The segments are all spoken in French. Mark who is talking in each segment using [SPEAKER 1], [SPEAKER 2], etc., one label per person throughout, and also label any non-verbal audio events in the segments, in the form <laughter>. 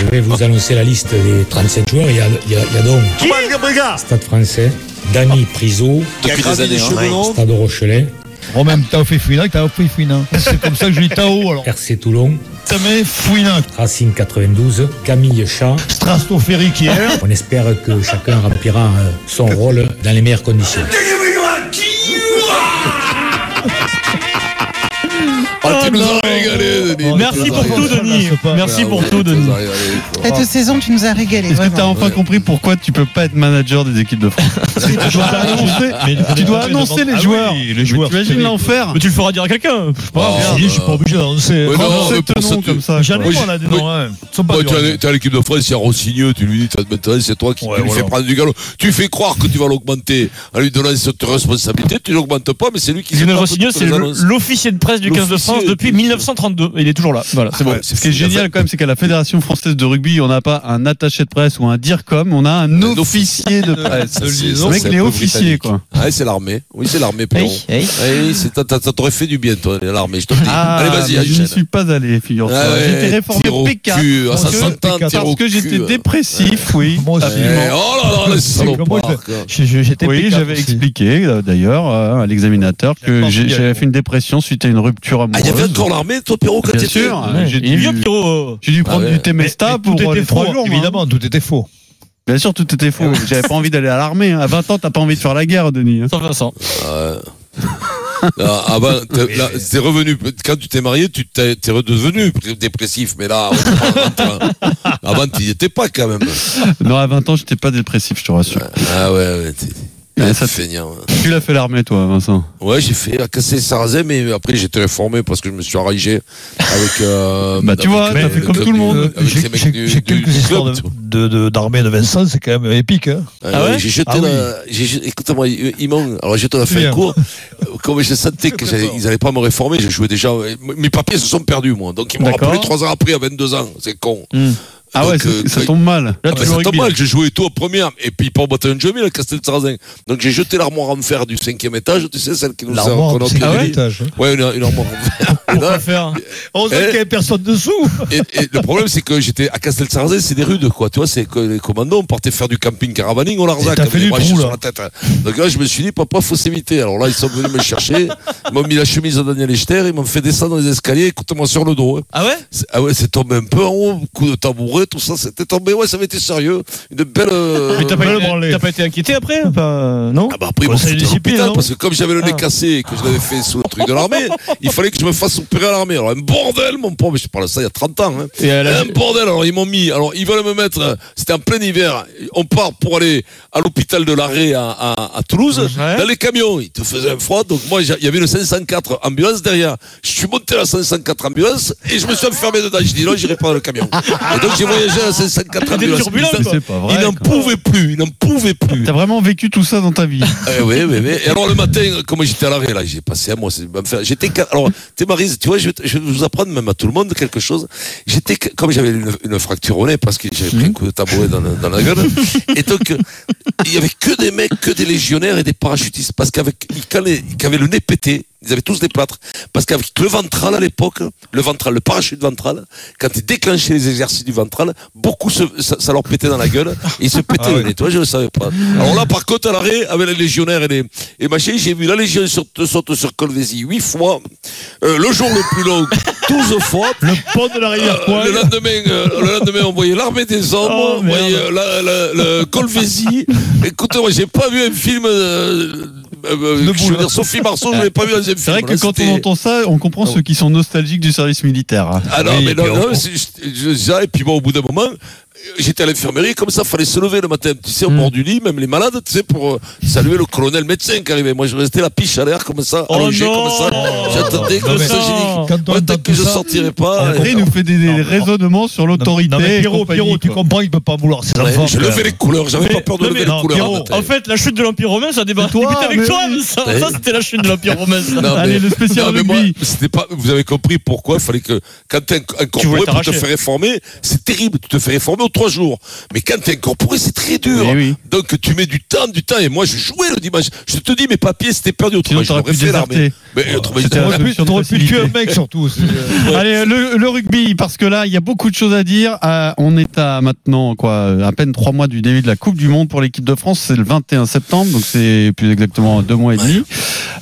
[SPEAKER 1] Je vais vous annoncer la liste des 37 joueurs. Il y a, il y a- il y a donc
[SPEAKER 2] Qui Brega
[SPEAKER 1] Stade français, Dany Priso,
[SPEAKER 3] Depuis des années. hein.
[SPEAKER 1] Stade Rochelet,
[SPEAKER 4] Oh, même Tao fait Fouinac, Tao fait Fouinac. C'est comme ça que je dis Tao,
[SPEAKER 5] <laughs>
[SPEAKER 4] alors.
[SPEAKER 1] RC Toulon,
[SPEAKER 4] Ça met Fouinac,
[SPEAKER 1] Racing 92, Camille Chat.
[SPEAKER 4] Strastoférique hier.
[SPEAKER 1] On espère que chacun remplira euh, son rôle dans les meilleures conditions.
[SPEAKER 3] Ah, tu nous as
[SPEAKER 4] Oh,
[SPEAKER 3] régalé, Denis.
[SPEAKER 4] Merci pour tout, Denis. Merci
[SPEAKER 3] Ah,
[SPEAKER 4] pour
[SPEAKER 3] ouais,
[SPEAKER 4] tout,
[SPEAKER 3] tu nous
[SPEAKER 4] Denis.
[SPEAKER 3] as régalé.
[SPEAKER 6] Cette saison, tu nous as régalé.
[SPEAKER 5] Est-ce que t'as
[SPEAKER 6] vraiment.
[SPEAKER 5] enfin compris pourquoi tu peux pas être manager des équipes de France
[SPEAKER 4] Tu dois annoncer, tu dois annoncer les joueurs.
[SPEAKER 5] les joueurs. T'imagines l'enfer euh,
[SPEAKER 4] tu le feras dire à quelqu'un.
[SPEAKER 3] Ah,
[SPEAKER 4] Je suis pas obligé d'annoncer.
[SPEAKER 3] Ouais, non, mais pour ça,
[SPEAKER 5] nom
[SPEAKER 3] tu-
[SPEAKER 5] comme ça.
[SPEAKER 4] J'en ai
[SPEAKER 3] Moi,
[SPEAKER 4] pas
[SPEAKER 3] je-
[SPEAKER 4] là-dedans.
[SPEAKER 3] moi-
[SPEAKER 4] hein. Ils sont pas
[SPEAKER 3] Moi,
[SPEAKER 4] durs,
[SPEAKER 3] Ah, bah, tu
[SPEAKER 4] les
[SPEAKER 3] as, t'es à l'équipe de France, il y a Rossigneux, tu lui dis, t'as- maintenant, c'est toi qui
[SPEAKER 4] Ouais,
[SPEAKER 3] tu lui
[SPEAKER 4] voilà.
[SPEAKER 3] fais prendre du galop. Tu fais croire que tu vas l'augmenter en lui donnant cette responsabilité, tu l'augmentes pas, mais c'est lui qui
[SPEAKER 7] Lionel
[SPEAKER 3] s'occupe de
[SPEAKER 7] Rossignol,
[SPEAKER 3] toutes
[SPEAKER 7] c'est
[SPEAKER 3] les
[SPEAKER 7] le-
[SPEAKER 3] annonces.
[SPEAKER 7] l'officier de presse du 15 de
[SPEAKER 3] L'officier
[SPEAKER 7] France depuis
[SPEAKER 3] du-
[SPEAKER 7] 1932. Il est toujours là. Voilà, c'est
[SPEAKER 3] Ah
[SPEAKER 7] bon.
[SPEAKER 3] ouais,
[SPEAKER 5] Ce qui est génial quand même, c'est qu'à la Fédération française de rugby, on n'a pas un attaché de presse ou un DIRCOM, on a un officier de presse.
[SPEAKER 3] Ça, c'est-
[SPEAKER 5] Le
[SPEAKER 3] ça,
[SPEAKER 5] mec,
[SPEAKER 3] c'est
[SPEAKER 5] il est
[SPEAKER 3] un peu
[SPEAKER 5] officier,
[SPEAKER 3] britannique.
[SPEAKER 5] quoi.
[SPEAKER 3] Ouais, c'est l'armée. Oui, c'est l'armée, Pierrot.
[SPEAKER 6] Oui, oui.
[SPEAKER 3] Oui, c'est- t'as- t'as- ça t'aurait fait du bien, toi, l'armée, je te le dis.
[SPEAKER 4] Ah,
[SPEAKER 3] Allez, vas-y,
[SPEAKER 5] Ah, mais je
[SPEAKER 3] enchaîne.
[SPEAKER 5] n'y suis pas allé, figure-toi.
[SPEAKER 3] Ah ouais,
[SPEAKER 5] j'étais réformé
[SPEAKER 3] tire au
[SPEAKER 5] PK.
[SPEAKER 3] cul, ah, ça
[SPEAKER 5] parce que-
[SPEAKER 3] s'entend,
[SPEAKER 5] parce
[SPEAKER 3] tire au
[SPEAKER 5] que
[SPEAKER 3] cul,
[SPEAKER 5] j'étais
[SPEAKER 3] euh.
[SPEAKER 5] dépressif, oui.
[SPEAKER 4] Moi aussi.
[SPEAKER 3] Eh, Oh là là, le salopard,
[SPEAKER 4] Moi,
[SPEAKER 3] quoi.
[SPEAKER 4] Je- je- J'étais
[SPEAKER 5] Oui,
[SPEAKER 4] P4
[SPEAKER 5] j'avais
[SPEAKER 4] aussi.
[SPEAKER 5] expliqué euh, d'ailleurs euh, à l'examinateur que
[SPEAKER 4] D'accord,
[SPEAKER 5] j'ai-
[SPEAKER 4] bien.
[SPEAKER 5] j'avais fait une dépression suite à une rupture
[SPEAKER 3] Ah,
[SPEAKER 5] amoureuse.
[SPEAKER 3] il y avait encore l'armée, toi, Pierrot, quand
[SPEAKER 5] Bien
[SPEAKER 3] t'étais-
[SPEAKER 5] sûr,
[SPEAKER 4] Ah,
[SPEAKER 5] euh, j'ai
[SPEAKER 7] Il est vieux,
[SPEAKER 5] dû,
[SPEAKER 7] Pierrot.
[SPEAKER 5] j'ai dû
[SPEAKER 3] Ah
[SPEAKER 5] prendre
[SPEAKER 3] ouais.
[SPEAKER 5] du Temesta
[SPEAKER 4] Mais- mais
[SPEAKER 5] pour
[SPEAKER 4] tout
[SPEAKER 5] euh, les
[SPEAKER 4] était
[SPEAKER 5] trois
[SPEAKER 4] faux,
[SPEAKER 5] jours. hein.
[SPEAKER 4] évidemment, tout était faux.
[SPEAKER 5] Bien sûr, tout était faux. J'avais pas envie d'aller à l'armée. hein. À 20 ans, t'as pas envie de faire la guerre, Denis. hein.
[SPEAKER 4] <laughs>
[SPEAKER 7] Sans Vincent.
[SPEAKER 3] Ah, ah, ah
[SPEAKER 5] <laughs>
[SPEAKER 3] bah, t'es là, t'es revenu. Quand tu t'es marié, tu t'es, t'es redevenu pré- dépressif. Mais là,
[SPEAKER 5] <laughs>
[SPEAKER 3] avant, avant tu n'y étais pas quand même.
[SPEAKER 5] Non, à 20 ans, j'étais pas dépressif, je te rassure.
[SPEAKER 3] Ah ouais, ouais. T'es,
[SPEAKER 5] Ah,
[SPEAKER 3] t'es
[SPEAKER 5] ça-
[SPEAKER 3] feignant. hein.
[SPEAKER 5] Tu l'as fait l'armée, toi, Vincent.
[SPEAKER 3] Ouais, j'ai fait casser Sarrazin, mais après j'ai réformé parce que je me suis enragé avec. Euh,
[SPEAKER 5] Bah, tu
[SPEAKER 3] avec,
[SPEAKER 5] vois, t'as
[SPEAKER 3] euh,
[SPEAKER 5] fait comme
[SPEAKER 3] le-
[SPEAKER 5] tout le monde.
[SPEAKER 4] Euh,
[SPEAKER 3] avec les
[SPEAKER 4] J'ai
[SPEAKER 3] mecs
[SPEAKER 4] j'ai-
[SPEAKER 3] du-
[SPEAKER 4] j'ai
[SPEAKER 3] du-
[SPEAKER 4] quelques
[SPEAKER 3] du
[SPEAKER 4] histoires
[SPEAKER 3] club,
[SPEAKER 4] de-
[SPEAKER 3] tu vois.
[SPEAKER 4] de- de- d'armée de Vincent, c'est quand même épique. hein.
[SPEAKER 3] Ah ouais j'ai jeté
[SPEAKER 4] Ah oui.
[SPEAKER 3] la, j'ai jeté- écoute-moi, ils ils m'ont, alors j'ai jeté la fin
[SPEAKER 4] Bien.
[SPEAKER 3] de cours, euh, comme je sentais qu'ils n'allaient pas me réformer, je jouais déjà, euh, m- mes papiers se sont perdus, moi. Donc ils m'ont
[SPEAKER 5] D'accord.
[SPEAKER 3] rappelé trois ans après, à 22 ans. C'est con.
[SPEAKER 5] Ah
[SPEAKER 3] Donc,
[SPEAKER 5] ouais,
[SPEAKER 3] euh,
[SPEAKER 5] c'est- ça
[SPEAKER 3] quand-
[SPEAKER 5] tombe mal.
[SPEAKER 3] Ah bah, ça tombe mal, j'ai joué et tout en première, et puis pas au bataillon de Jomil, à Castel Sarrazin. Donc j'ai jeté l'armoire en fer du cinquième étage, tu sais, celle qui nous sert
[SPEAKER 4] L'armoire,
[SPEAKER 3] qu'on a au
[SPEAKER 4] c'est
[SPEAKER 3] pied
[SPEAKER 4] quel
[SPEAKER 3] du lit.
[SPEAKER 4] étage, hein
[SPEAKER 3] Ouais, une, une armoire en fer. Et là,
[SPEAKER 7] Faire.
[SPEAKER 4] On sait
[SPEAKER 3] Eh.
[SPEAKER 4] qu'il y avait personne dessous.
[SPEAKER 3] et, et le problème, c'est que j'étais à Castel Sarrazin, c'est des rudes, quoi. Tu vois, c'est que les commandos, on partait faire du camping caravaning, on l'arzac,
[SPEAKER 4] t'as
[SPEAKER 3] avec
[SPEAKER 4] fait
[SPEAKER 3] les
[SPEAKER 4] du
[SPEAKER 3] bras
[SPEAKER 4] trou,
[SPEAKER 3] sur
[SPEAKER 4] là.
[SPEAKER 3] la tête. Donc là, je me suis dit, papa, faut s'éviter. Alors là, ils sont venus me chercher, ils m'ont mis la chemise à Daniel Echter, ils m'ont fait descendre les escaliers, écoute-moi sur le dos. hein.
[SPEAKER 7] Ah ouais
[SPEAKER 3] C'est- Ah ouais, c'est tombé un peu en haut, coup de tabouret, tout ça, c'était tombé, ouais, ça avait été sérieux. Une belle. euh,
[SPEAKER 7] Mais t'as
[SPEAKER 4] mal
[SPEAKER 7] pas,
[SPEAKER 4] branlé.
[SPEAKER 7] été- t'as pas été inquiété après ou pas Non
[SPEAKER 3] Ah bah après, ils m'ont
[SPEAKER 4] Conseil
[SPEAKER 3] foutu à
[SPEAKER 4] discipline,
[SPEAKER 3] l'hôpital
[SPEAKER 4] non
[SPEAKER 3] parce que comme j'avais le nez
[SPEAKER 7] Ah.
[SPEAKER 3] cassé et que je l'avais fait sous le truc de
[SPEAKER 7] <laughs>
[SPEAKER 3] l'armée, il fallait que je me fasse opérer à l'armée. Alors un bordel, mon pauvre, je te parle de ça il y a 30 ans. hein.
[SPEAKER 7] Et à la-
[SPEAKER 3] Un bordel, alors ils m'ont mis, alors ils veulent me mettre, euh, c'était en plein hiver, on part pour aller à l'hôpital de l'arrêt à, à- à Toulouse,
[SPEAKER 7] Ouais.
[SPEAKER 3] dans les camions, il te faisait un froid, donc moi j'a- il y avait le 504 ambulance derrière, je suis monté à la 504 ambulance et je me suis enfermé dedans, je dis non j'irai pas dans le camion. Et donc j'ai voyagé à la 504
[SPEAKER 7] C'était
[SPEAKER 3] ambulance.
[SPEAKER 7] turbulent,
[SPEAKER 3] Mais ça,
[SPEAKER 5] C'est pas vrai.
[SPEAKER 3] il n'en
[SPEAKER 5] quoi.
[SPEAKER 3] pouvait plus, il n'en pouvait plus.
[SPEAKER 5] T'as vraiment vécu tout ça dans ta vie.
[SPEAKER 3] Eh oui, oui, oui. Et alors le matin, comme j'étais à l'arrêt, là, j'ai passé un mois. c'est- bah, enfin, J'étais, ca- alors, t'es Marise, tu vois, je, vais te- je vais vous apprendre même à tout le monde quelque chose. J'étais, ca- comme j'avais une, une fracture au nez parce que j'avais pris un coup de tabouret dans, la- dans la gueule. Et donc, euh, il y avait que des mecs, que des légionnaires et des parachutistes parce qu'avec, ils, calaient- ils avaient le nez pété. Ils avaient tous des plâtres. Parce qu'avec le ventral à l'époque, le ventral, le parachute ventral, quand ils déclenchaient les exercices du ventral, beaucoup se- ça, ça leur pétait dans la gueule. Et
[SPEAKER 5] <laughs>
[SPEAKER 3] ils se pétaient
[SPEAKER 5] Ah
[SPEAKER 3] le nez. Toi, je ne savais pas. Alors là, par contre, à l'arrêt, avec les légionnaires et les et machin, j'ai vu la légion sur, saute sur Colvézi huit fois, euh, le jour le plus long,
[SPEAKER 5] <laughs>
[SPEAKER 3] 12 fois.
[SPEAKER 4] Le pont de la rivière
[SPEAKER 3] Euh, le
[SPEAKER 4] Poil.
[SPEAKER 3] lendemain, euh, le lendemain, on voyait l'armée des hommes,
[SPEAKER 4] Oh,
[SPEAKER 3] on voyait
[SPEAKER 4] merde.
[SPEAKER 3] euh, la- la- le
[SPEAKER 5] <laughs>
[SPEAKER 3] Colvézi. Écoute-moi, j'ai pas vu un film. euh, euh, euh,
[SPEAKER 4] De
[SPEAKER 3] je veux
[SPEAKER 4] boule.
[SPEAKER 3] dire, Sophie Marceau,
[SPEAKER 5] <laughs>
[SPEAKER 3] je l'ai pas vu dans un film.
[SPEAKER 5] C'est vrai que
[SPEAKER 3] Là,
[SPEAKER 5] quand
[SPEAKER 3] c'était-
[SPEAKER 5] on entend ça, on comprend ceux qui sont nostalgiques du service militaire. hein.
[SPEAKER 3] ah non,
[SPEAKER 4] Oui,
[SPEAKER 3] mais non,
[SPEAKER 4] puis on-
[SPEAKER 3] non, c'est- je- je- ça, et puis bon, au bout d'un moment, euh, j'étais à l'infirmerie, comme ça, fallait se lever le matin, tu sais, au bord du lit, même les malades, tu sais, pour euh, saluer le colonel médecin qui arrivait. Moi, je restais la piche à l'air, comme ça,
[SPEAKER 7] Oh
[SPEAKER 3] allongé,
[SPEAKER 7] non
[SPEAKER 3] comme ça. J'attendais,
[SPEAKER 7] Non,
[SPEAKER 3] comme
[SPEAKER 7] mais-
[SPEAKER 3] ça, j'ai dit,
[SPEAKER 5] Ah.
[SPEAKER 7] Non.
[SPEAKER 4] Quand on
[SPEAKER 3] ouais,
[SPEAKER 4] entend
[SPEAKER 3] peut-être que
[SPEAKER 4] tout
[SPEAKER 3] je
[SPEAKER 4] ça,
[SPEAKER 3] sortirait pas.
[SPEAKER 5] Après,
[SPEAKER 3] et-
[SPEAKER 5] il nous fait des, des
[SPEAKER 4] Non, mais-
[SPEAKER 5] raisonnements sur l'autorité.
[SPEAKER 4] Non, mais
[SPEAKER 5] et
[SPEAKER 4] Pierrot,
[SPEAKER 5] compagnie,
[SPEAKER 4] Pierrot, tu
[SPEAKER 5] quoi.
[SPEAKER 4] comprends, il peut pas vouloir ses
[SPEAKER 3] Ouais,
[SPEAKER 4] enfants.
[SPEAKER 3] je levais les couleurs, j'avais
[SPEAKER 7] Mais-
[SPEAKER 3] pas peur de
[SPEAKER 7] non,
[SPEAKER 3] lever
[SPEAKER 7] mais-
[SPEAKER 3] les
[SPEAKER 4] non,
[SPEAKER 3] couleurs.
[SPEAKER 4] Pierrot,
[SPEAKER 3] hein,
[SPEAKER 7] En fait, la chute de l'Empire romain, ça débarque
[SPEAKER 5] C'est toi,
[SPEAKER 7] avec
[SPEAKER 5] mais-
[SPEAKER 7] toi, Vincent.
[SPEAKER 3] Ouais.
[SPEAKER 7] Ça, c'était la chute de l'Empire romain. ça.
[SPEAKER 3] Non,
[SPEAKER 5] Allez,
[SPEAKER 3] mais-
[SPEAKER 5] le spécial
[SPEAKER 3] non, mais moi,
[SPEAKER 5] rugby.
[SPEAKER 3] c'était pas, vous avez compris pourquoi il fallait que, quand t'es inc- incorporé
[SPEAKER 7] voulais
[SPEAKER 3] pour te
[SPEAKER 7] t'arracher.
[SPEAKER 3] faire réformer, c'est terrible, tu te fais réformer ou trois jours. Mais quand t'es incorporé, c'est très dur.
[SPEAKER 5] Eh oui.
[SPEAKER 3] Donc tu mets du temps, du temps. Et moi, je jouais le dimanche. Je te dis, mes papiers, c'était perdu.
[SPEAKER 5] Sinon,
[SPEAKER 3] Autrement,
[SPEAKER 5] t'aurais
[SPEAKER 3] j'aurais
[SPEAKER 5] pu
[SPEAKER 3] fait l'armée.
[SPEAKER 5] déserter.
[SPEAKER 3] Mais autrement,
[SPEAKER 5] C'était
[SPEAKER 3] j'aurais-
[SPEAKER 5] la solution de
[SPEAKER 4] T'aurais pu
[SPEAKER 5] facilité.
[SPEAKER 4] tuer un mec surtout. c'est, euh,
[SPEAKER 5] <laughs> Allez, le, le rugby, parce que là, il y a beaucoup de choses à dire. Euh, on est à maintenant, quoi, à peine trois mois du début de la Coupe du Monde pour l'équipe de France. C'est le 21 septembre, donc c'est plus exactement deux mois et demi.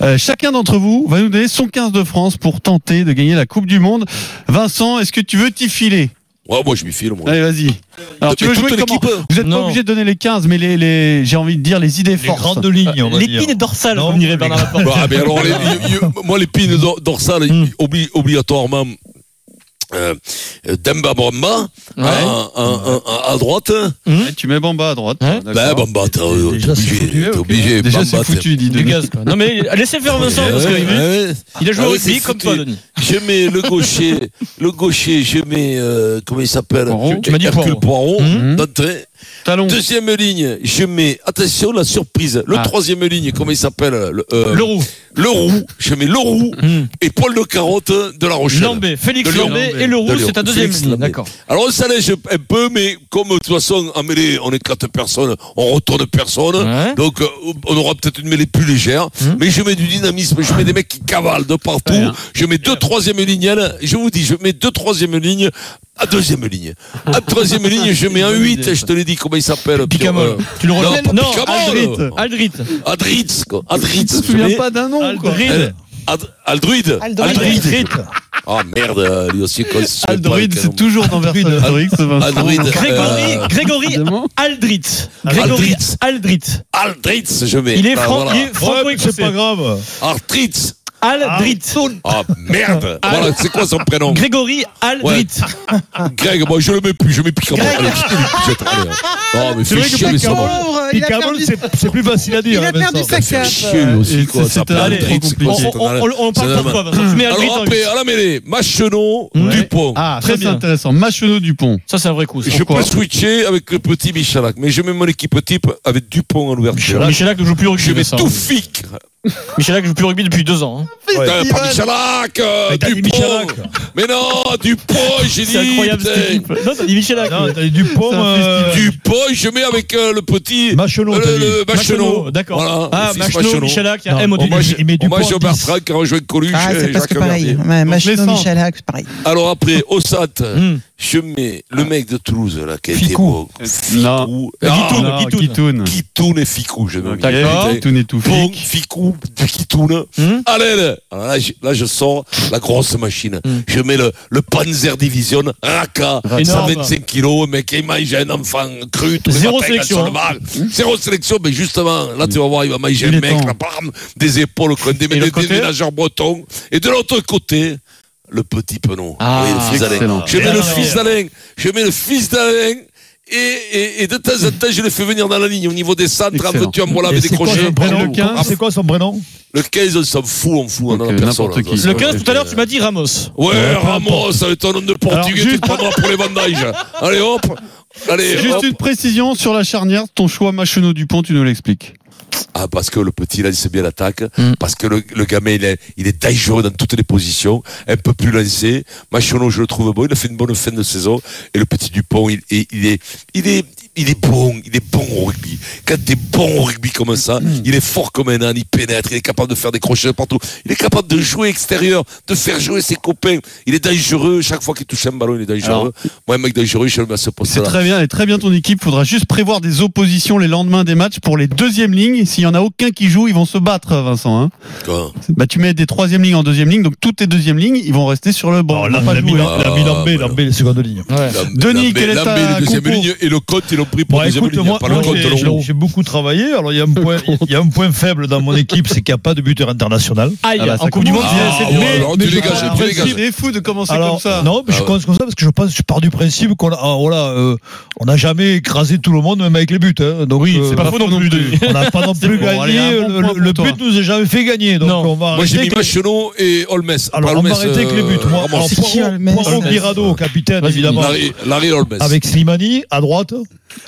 [SPEAKER 5] Euh, chacun d'entre vous va nous donner son 15 de France pour tenter de gagner la Coupe du Monde. Vincent, est-ce que tu veux t'y filer
[SPEAKER 3] Ouais, moi, je m'y file. Moi.
[SPEAKER 5] Allez, vas-y. Alors,
[SPEAKER 3] Mais
[SPEAKER 5] tu veux
[SPEAKER 3] toute
[SPEAKER 5] jouer comment
[SPEAKER 3] l'équipe, euh,
[SPEAKER 5] Vous n'êtes pas
[SPEAKER 7] Non.
[SPEAKER 5] obligé de donner les 15, mais les, les- j'ai envie de dire les idées
[SPEAKER 4] Les
[SPEAKER 5] fortes.
[SPEAKER 4] grandes lignes, on va dire.
[SPEAKER 7] L'épine dorsale,
[SPEAKER 4] Non,
[SPEAKER 7] on dirait
[SPEAKER 4] les
[SPEAKER 7] Bernard Laporte.
[SPEAKER 3] Bah, ah, mais alors, les- y- y- moi, les pines dor- dorsales,
[SPEAKER 5] Hmm.
[SPEAKER 7] Mm.
[SPEAKER 3] obli- obligatoirement, euh, Demba hein, Bamba
[SPEAKER 7] Ouais.
[SPEAKER 3] à, à- à- à droite.
[SPEAKER 5] Ouais, tu mets Bamba à droite.
[SPEAKER 7] Hein
[SPEAKER 3] Ben,
[SPEAKER 5] D'accord.
[SPEAKER 3] Bamba, t'es obligé.
[SPEAKER 4] déjà, c'est foutu,
[SPEAKER 3] T'es
[SPEAKER 4] ok.
[SPEAKER 3] obligé.
[SPEAKER 5] Déjà,
[SPEAKER 3] Bamba,
[SPEAKER 5] c'est foutu, dit
[SPEAKER 7] Du
[SPEAKER 5] Denis.
[SPEAKER 7] gaz, quoi. Non, mais laissez faire Vincent,
[SPEAKER 3] Ouais,
[SPEAKER 7] parce que
[SPEAKER 3] ouais, ouais.
[SPEAKER 7] il a joué
[SPEAKER 3] Ah
[SPEAKER 7] au
[SPEAKER 3] oui,
[SPEAKER 7] rugby
[SPEAKER 3] c'est
[SPEAKER 7] comme
[SPEAKER 3] foutu.
[SPEAKER 7] toi, Denis.
[SPEAKER 3] Je mets le gaucher, le gaucher, je mets, euh, comment il s'appelle
[SPEAKER 5] Poirot.
[SPEAKER 7] Tu m'as dit
[SPEAKER 3] Hercule Poirot,
[SPEAKER 5] Mhm.
[SPEAKER 3] d'entrée.
[SPEAKER 5] Talon.
[SPEAKER 3] Deuxième ligne, je mets, attention, la surprise. Le
[SPEAKER 5] Ah.
[SPEAKER 3] troisième ligne, comment il s'appelle le, euh,
[SPEAKER 7] Le roux. Hmm.
[SPEAKER 3] le roux, je mets le roux et poil de carotte de la Rochelle.
[SPEAKER 7] Lambé, Félix
[SPEAKER 3] De Lyon.
[SPEAKER 7] Lambé et le roux,
[SPEAKER 3] Lyon.
[SPEAKER 7] c'est ta deuxième
[SPEAKER 3] Félix
[SPEAKER 7] ligne.
[SPEAKER 3] Lambé.
[SPEAKER 7] D'accord.
[SPEAKER 3] Alors on s'allège un peu, mais comme de toute façon, en mêlée, on est quatre personnes, on retourne personne.
[SPEAKER 7] Ouais. Hmm.
[SPEAKER 3] Donc euh, on aura peut-être une mêlée plus légère. Mais je mets du dynamisme, je mets des mecs qui cavalent de partout. Je mets deux troisième lignes. elles. Je vous dis, je mets deux troisième lignes à deuxième ligne. À
[SPEAKER 7] <laughs>
[SPEAKER 3] troisième ligne, je mets un 8, je te l'ai dit, comment il s'appelle
[SPEAKER 7] Picamol.
[SPEAKER 3] Pierre, euh,
[SPEAKER 7] Tu le
[SPEAKER 3] Non,
[SPEAKER 7] relèves
[SPEAKER 3] pas
[SPEAKER 7] Non,
[SPEAKER 3] Picamol.
[SPEAKER 7] Aldrit. Aldrit.
[SPEAKER 3] euh, Adritz, quoi. Adritz.
[SPEAKER 5] Je me
[SPEAKER 3] je mets-
[SPEAKER 5] souviens pas d'un nom, quoi.
[SPEAKER 7] Aldrit.
[SPEAKER 3] euh, Ad- Aldruide.
[SPEAKER 6] Aldruide.
[SPEAKER 3] Ah merde, euh, lui aussi, quand il se souvient pas,
[SPEAKER 5] Aldroid,
[SPEAKER 3] quel nom.
[SPEAKER 5] c'est toujours dans Versailles. Aldroid, c'est Vincent.
[SPEAKER 3] Aldroid.
[SPEAKER 7] Grégory,
[SPEAKER 3] Euh,
[SPEAKER 7] Grégory
[SPEAKER 5] Évidemment.
[SPEAKER 7] Aldrit. Grégory
[SPEAKER 3] Aldrit.
[SPEAKER 7] Aldrit.
[SPEAKER 3] Aldritz, je mets.
[SPEAKER 7] Il est
[SPEAKER 3] Ah,
[SPEAKER 7] franc-
[SPEAKER 3] voilà.
[SPEAKER 7] il est
[SPEAKER 4] Ouais, c'est pas
[SPEAKER 7] franco-écossais.
[SPEAKER 5] <laughs>
[SPEAKER 4] grave.
[SPEAKER 3] Aldritz.
[SPEAKER 7] Aldrit.
[SPEAKER 3] Ah <laughs> merde Voilà, c'est quoi son prénom
[SPEAKER 7] Grégory Aldrit.
[SPEAKER 3] Greg, moi je le mets plus, je mets Picamon.
[SPEAKER 6] Greg.
[SPEAKER 3] Allez, je te le pige, allez, hein. Non mais fais
[SPEAKER 4] vrai que
[SPEAKER 3] chier mais ça
[SPEAKER 4] Picamon,
[SPEAKER 3] va.
[SPEAKER 6] Pauvre, il a
[SPEAKER 4] Picamol,
[SPEAKER 6] perdu-
[SPEAKER 4] c'est c'est plus facile à
[SPEAKER 6] il
[SPEAKER 4] dire.
[SPEAKER 6] a
[SPEAKER 4] hein,
[SPEAKER 6] perdu
[SPEAKER 4] Vincent.
[SPEAKER 6] sa
[SPEAKER 3] Fais
[SPEAKER 6] cape.
[SPEAKER 3] chier lui
[SPEAKER 5] Et
[SPEAKER 3] aussi quoi,
[SPEAKER 5] c'est
[SPEAKER 3] ça
[SPEAKER 5] un-
[SPEAKER 3] s'appelle
[SPEAKER 7] allez,
[SPEAKER 3] Aldritz.
[SPEAKER 7] On,
[SPEAKER 5] on-
[SPEAKER 3] quoi, c'est
[SPEAKER 7] on-
[SPEAKER 3] un-
[SPEAKER 7] on- on parle pour toi, Vincent. Tu mets Aldrit
[SPEAKER 3] Alors
[SPEAKER 7] en
[SPEAKER 3] après,
[SPEAKER 7] huit.
[SPEAKER 3] à la mêlée, Machenot,
[SPEAKER 7] Ouais.
[SPEAKER 3] Dupont.
[SPEAKER 5] Ah,
[SPEAKER 7] Très
[SPEAKER 5] très bien.
[SPEAKER 7] bien.
[SPEAKER 5] intéressant. Machenot Dupont.
[SPEAKER 7] Ça, c'est un vrai coup. ça.
[SPEAKER 3] Je peux switcher avec le petit Michalak, mais je mets mon équipe type avec Dupont en ouverture.
[SPEAKER 7] Michelac ne joue plus au rugby.
[SPEAKER 3] Je mets
[SPEAKER 7] Vincent.
[SPEAKER 3] tout fic.
[SPEAKER 7] Michelac ne joue plus au rugby depuis deux ans. hein.
[SPEAKER 3] Putain, Pas Michalak, euh,
[SPEAKER 4] Mais t'as dit
[SPEAKER 3] Dupont.
[SPEAKER 4] Michalak.
[SPEAKER 3] Mais non, Dupont, j'ai dit.
[SPEAKER 7] C'est incroyable
[SPEAKER 3] putain.
[SPEAKER 7] cette équipe. Non, t'as dit Michelac.
[SPEAKER 4] Non,
[SPEAKER 7] ouais.
[SPEAKER 4] t'as eu du pont.
[SPEAKER 5] C'est un
[SPEAKER 4] euh,
[SPEAKER 3] Dupont, je mets avec euh, le petit.
[SPEAKER 4] Machelot, t'as
[SPEAKER 3] le,
[SPEAKER 4] dit.
[SPEAKER 3] le Machenot.
[SPEAKER 7] Machenot, d'accord.
[SPEAKER 3] Voilà,
[SPEAKER 7] Ah,
[SPEAKER 3] le fils
[SPEAKER 7] Machelot,
[SPEAKER 3] Machenot.
[SPEAKER 7] Michelac, il y a
[SPEAKER 4] Non,
[SPEAKER 7] M au
[SPEAKER 4] on
[SPEAKER 7] début.
[SPEAKER 3] Hommage,
[SPEAKER 4] il met du
[SPEAKER 3] hommage
[SPEAKER 4] point
[SPEAKER 3] au
[SPEAKER 4] en
[SPEAKER 3] Bertrand qui a rejoint Coluche
[SPEAKER 6] Ah,
[SPEAKER 3] et
[SPEAKER 6] c'est
[SPEAKER 3] Jacques
[SPEAKER 6] presque pareil.
[SPEAKER 3] Verdier.
[SPEAKER 6] Ouais, Machelot,
[SPEAKER 5] descend.
[SPEAKER 6] Michalak, c'est pareil.
[SPEAKER 3] Alors après, au SAT,
[SPEAKER 7] Hum.
[SPEAKER 3] je mets le mec de Toulouse, là, qui a été
[SPEAKER 4] Ficou.
[SPEAKER 3] beau.
[SPEAKER 5] Non.
[SPEAKER 3] Ou-
[SPEAKER 7] Ah,
[SPEAKER 3] Guitoun.
[SPEAKER 7] non, Guitoun.
[SPEAKER 5] Guitoun.
[SPEAKER 3] Guitoun et Ficou, je mets.
[SPEAKER 5] D'accord.
[SPEAKER 3] Guitoun.
[SPEAKER 5] Guitoun et tout.
[SPEAKER 3] Bon,
[SPEAKER 5] Flic.
[SPEAKER 3] Ficou, Guitoun.
[SPEAKER 7] Hum.
[SPEAKER 3] Allez, là, Alors là, je, là, je sors la grosse machine.
[SPEAKER 7] Hum.
[SPEAKER 3] Je mets le, le Panzer Division, Raka,
[SPEAKER 7] Raka.
[SPEAKER 3] 125 kilos, mec, il mange un enfant cru, tous les
[SPEAKER 7] Zéro
[SPEAKER 3] matins,
[SPEAKER 7] sélection,
[SPEAKER 3] sur le bar. Zéro sélection, mais justement, là, tu vas voir, il va manger
[SPEAKER 5] Il
[SPEAKER 3] un
[SPEAKER 5] est
[SPEAKER 3] mec,
[SPEAKER 5] temps.
[SPEAKER 3] la bam, des épaules, comme des,
[SPEAKER 7] Et l'autre
[SPEAKER 3] des, des
[SPEAKER 7] côté
[SPEAKER 3] ménageurs bretons. Et de l'autre côté, le petit penon.
[SPEAKER 7] Ah,
[SPEAKER 3] oui, le fils d'Alain.
[SPEAKER 5] excellent.
[SPEAKER 3] Je mets
[SPEAKER 7] Et
[SPEAKER 3] le
[SPEAKER 7] alors
[SPEAKER 3] fils d'Alain. Je mets le fils d'Alain. Et, et, et de temps en temps, je le fais venir dans la ligne au niveau des centres.
[SPEAKER 5] Excellent.
[SPEAKER 3] veux tu en voilà
[SPEAKER 4] Et
[SPEAKER 3] avec des
[SPEAKER 4] c'est quoi
[SPEAKER 3] crochets
[SPEAKER 4] son prénom
[SPEAKER 5] Le 15.
[SPEAKER 4] Ah, C'est quoi son prénom
[SPEAKER 3] Le 15, on s'en fout, on fout, on en a
[SPEAKER 5] Donc,
[SPEAKER 3] personne.
[SPEAKER 5] n'importe qui.
[SPEAKER 3] là, ça,
[SPEAKER 7] Le
[SPEAKER 3] ouais.
[SPEAKER 7] 15, tout à l'heure, tu m'as dit Ramos.
[SPEAKER 3] Ouais,
[SPEAKER 4] peu
[SPEAKER 3] Ramos, avec ton nom de portugais, tu
[SPEAKER 5] juste-
[SPEAKER 3] te prendras pour les
[SPEAKER 7] <laughs>
[SPEAKER 3] vendages. Allez, hop. Allez,
[SPEAKER 5] Juste
[SPEAKER 3] hop.
[SPEAKER 5] une précision sur la charnière. Ton choix Machenot Dupont, tu nous l'expliques.
[SPEAKER 3] Ah, parce que le petit, là, il sait bien l'attaque.
[SPEAKER 7] Mm.
[SPEAKER 3] Parce que le, le gamin, il est, il est dangereux dans toutes les positions. Un peu plus lancé. Machonneau, je le trouve bon. Il a fait une bonne fin de saison. Et le petit Dupont, il, est- il est, il est, il est bon. Il est bon au rugby. Quand t'es bon au rugby comme ça, il est fort comme un âne. Il pénètre. Il est capable de faire des crochets de partout. Il est capable de jouer extérieur, de faire jouer ses copains. Il est dangereux. Chaque fois qu'il touche un ballon, il est dangereux. Moi, un mec dangereux, je le mets à ce
[SPEAKER 5] C'est
[SPEAKER 3] poste-là.
[SPEAKER 5] très bien, elle est très bien ton équipe. Faudra juste prévoir des oppositions les lendemains des matchs pour les deuxièmes lignes. S'il y en a aucun qui joue, ils vont se battre, Vincent. hein.
[SPEAKER 3] Quoi
[SPEAKER 5] Bah, tu mets des troisièmes lignes en deuxième ligne, donc toutes tes deuxièmes lignes, ils vont rester sur le banc.
[SPEAKER 4] Oh,
[SPEAKER 5] Ils vont
[SPEAKER 4] l'a
[SPEAKER 5] pas hein.
[SPEAKER 4] l'a mis
[SPEAKER 5] jouer. Bah,
[SPEAKER 4] l'a mis Lambé,
[SPEAKER 3] voilà.
[SPEAKER 4] Lambé, la seconde ligne.
[SPEAKER 5] Denis,
[SPEAKER 3] Lambé-
[SPEAKER 5] quel est ta
[SPEAKER 3] Lambé, le deuxième
[SPEAKER 5] compo
[SPEAKER 3] ligne et le cote, ils l'ont pris pour
[SPEAKER 4] Bon,
[SPEAKER 3] deuxième
[SPEAKER 4] Bah, écoute,
[SPEAKER 3] ligne. hein,
[SPEAKER 4] moi,
[SPEAKER 3] pas le
[SPEAKER 4] moi,
[SPEAKER 3] cote,
[SPEAKER 4] j'ai-
[SPEAKER 3] le roux.
[SPEAKER 4] j'ai beaucoup travaillé. Alors, il y, a un point, il y a un point faible dans mon équipe, c'est qu'il n'y a pas de buteur international.
[SPEAKER 7] Aïe,
[SPEAKER 5] Ah bah, ça
[SPEAKER 7] en Coupe du Monde,
[SPEAKER 5] commence.
[SPEAKER 7] c'est-
[SPEAKER 3] Ah,
[SPEAKER 7] c'est-
[SPEAKER 3] ouais,
[SPEAKER 7] mais-
[SPEAKER 3] alors,
[SPEAKER 7] mais
[SPEAKER 3] tu
[SPEAKER 7] je-
[SPEAKER 3] dégages,
[SPEAKER 7] ah,
[SPEAKER 3] tu
[SPEAKER 7] bah,
[SPEAKER 3] dégages.
[SPEAKER 5] C'est fou de commencer comme ça.
[SPEAKER 4] Non, mais
[SPEAKER 3] Ah
[SPEAKER 4] je
[SPEAKER 3] ouais.
[SPEAKER 4] commence comme ça parce que je pense, je pars du principe qu'on a, ah, voilà, euh, on n'a jamais écrasé tout le monde, même avec les buts. hein. Donc,
[SPEAKER 7] Oui,
[SPEAKER 4] euh,
[SPEAKER 7] c'est pas faux non plus, Denis.
[SPEAKER 4] On n'a pas non plus
[SPEAKER 5] bon,
[SPEAKER 4] gagné.
[SPEAKER 5] allez, un bon
[SPEAKER 4] le-
[SPEAKER 5] point
[SPEAKER 4] le le
[SPEAKER 5] pour
[SPEAKER 4] but nous a jamais fait gagner. Donc,
[SPEAKER 7] Non.
[SPEAKER 4] on va
[SPEAKER 3] Moi j'ai mis
[SPEAKER 4] arrêter que-
[SPEAKER 3] Machelot et Olmes.
[SPEAKER 4] Alors,
[SPEAKER 3] Pas
[SPEAKER 4] on
[SPEAKER 3] Olmes,
[SPEAKER 4] va arrêter avec les buts.
[SPEAKER 3] euh,
[SPEAKER 4] Moi, Ah,
[SPEAKER 3] Ramos.
[SPEAKER 4] alors,
[SPEAKER 6] C'est qui,
[SPEAKER 4] Poirot-
[SPEAKER 6] Almes
[SPEAKER 4] Poirot,
[SPEAKER 7] Almes
[SPEAKER 4] Guirado, capitaine,
[SPEAKER 7] Vas-y,
[SPEAKER 4] évidemment.
[SPEAKER 3] Larry, Larry Olmes.
[SPEAKER 4] Avec Slimani, à droite.